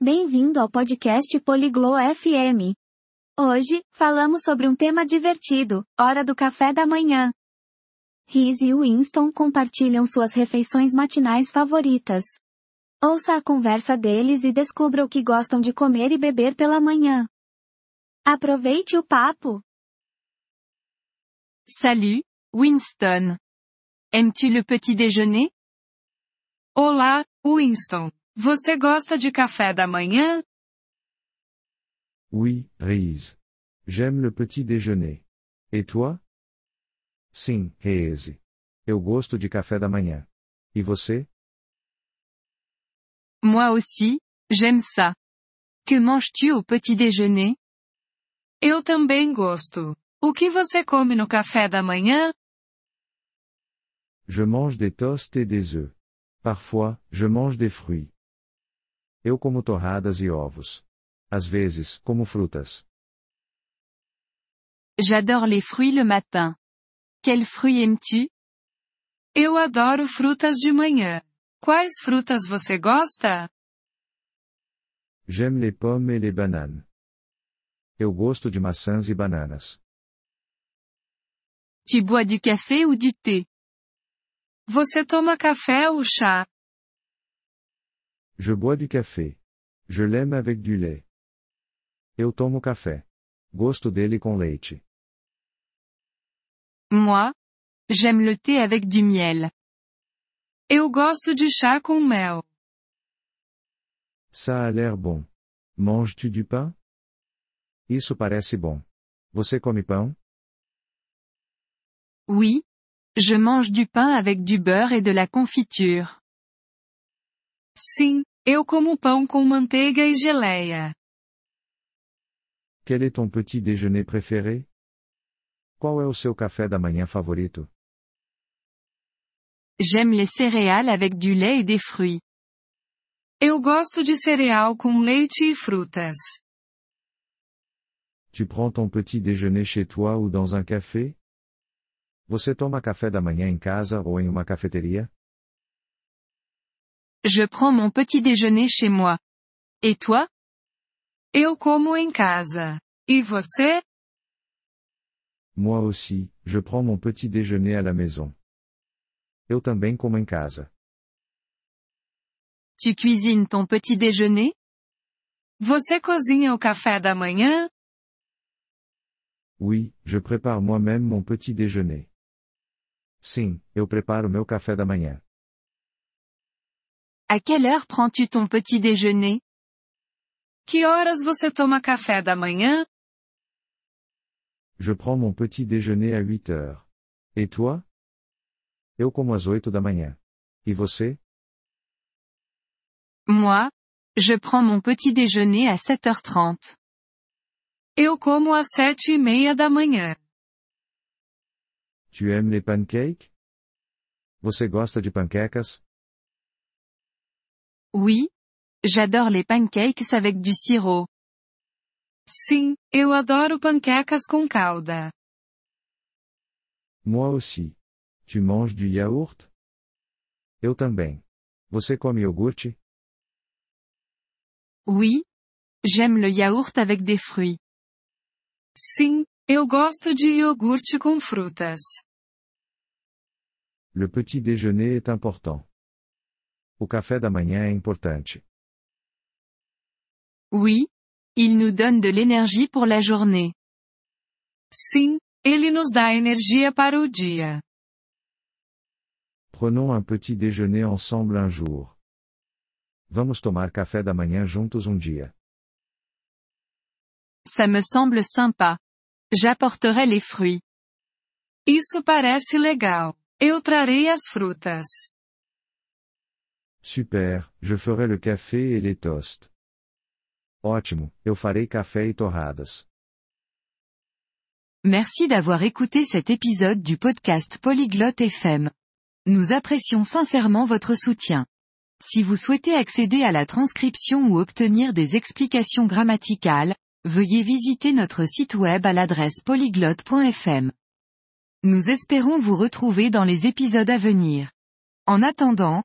Bem-vindo ao podcast Poliglo FM. Hoje, falamos sobre um tema divertido, hora do café da manhã. Riz e Winston compartilham suas refeições matinais favoritas. Ouça a conversa deles e descubra o que gostam de comer e beber pela manhã. Aproveite o papo! Salut, Winston. Aimes-tu le petit déjeuner? Olá, Winston. Você gosta de café da manhã? Oui, Reese. J'aime le petit déjeuner. Et toi? Sim, Reese. Eu gosto de café da manhã. E você? Moi aussi, j'aime ça. Que manges-tu au petit déjeuner? Eu também gosto. O que você come no café da manhã? Je mange des toasts et des œufs. Parfois, je mange des fruits. Eu como torradas e ovos. Às vezes, como frutas. J'adore les fruits le matin. Quels fruits aimes-tu? Eu adoro frutas de manhã. Quais frutas você gosta? J'aime les pommes et les bananes. Eu gosto de maçãs e bananas. Tu bois du café ou du thé? Você toma café ou chá? Je bois du café. Je l'aime avec du lait. Eu tomo café. Gosto dele com leite. Moi, j'aime le thé avec du miel. Eu gosto de chá com mel. Ça a l'air bon. Manges-tu du pain? Isso parece bom. Você come pão? Oui. Je mange du pain avec du beurre et de la confiture. Sim, eu como pão com manteiga e geleia. Quel est ton petit déjeuner préféré? Qual é o seu café da manhã favorito? J'aime les céréales avec du lait et des fruits. Eu gosto de cereal com leite e frutas. Tu prends ton petit déjeuner chez toi ou dans un café? Você toma café da manhã em casa ou em uma cafeteria? Je prends mon petit déjeuner chez moi. Et toi? Eu como em casa. E você? Moi aussi, je prends mon petit déjeuner à la maison. Eu também como em casa. Tu cuisines ton petit déjeuner? Você cozinha o café da manhã? Oui, je prépare moi-même mon petit déjeuner. Sim, eu preparo meu café da manhã. À quelle heure prends-tu ton petit déjeuner? Que horas você toma café da manhã? Je prends mon petit déjeuner à 8 heures. Et toi? Eu como às 8 da manhã. E você? Moi, je prends mon petit déjeuner à 7h30. Eu como às sete e meia da manhã. Tu aimes les pancakes? Você gosta de panquecas? Oui, j'adore les pancakes avec du sirop. Sim, eu adoro panquecas com calda. Moi aussi. Tu manges du yaourt? Eu também. Você come iogurte? Oui, j'aime le yaourt avec des fruits. Sim, eu gosto de iogurte com frutas. Le petit déjeuner est important. O café da manhã é importante. Oui, il nous donne de l'énergie pour la journée. Sim, ele nos dá energia para o dia. Prenons un petit déjeuner ensemble un jour. Vamos tomar café da manhã juntos um dia. Ça me semble sympa. J'apporterai les fruits. Isso parece legal. Eu trarei as frutas. Super, je ferai le café et les toasts. Ótimo, eu farei café e torradas. Merci d'avoir écouté cet épisode du podcast Polyglotte FM. Nous apprécions sincèrement votre soutien. Si vous souhaitez accéder à la transcription ou obtenir des explications grammaticales, veuillez visiter notre site web à l'adresse polyglotte.fm. Nous espérons vous retrouver dans les épisodes à venir. En attendant,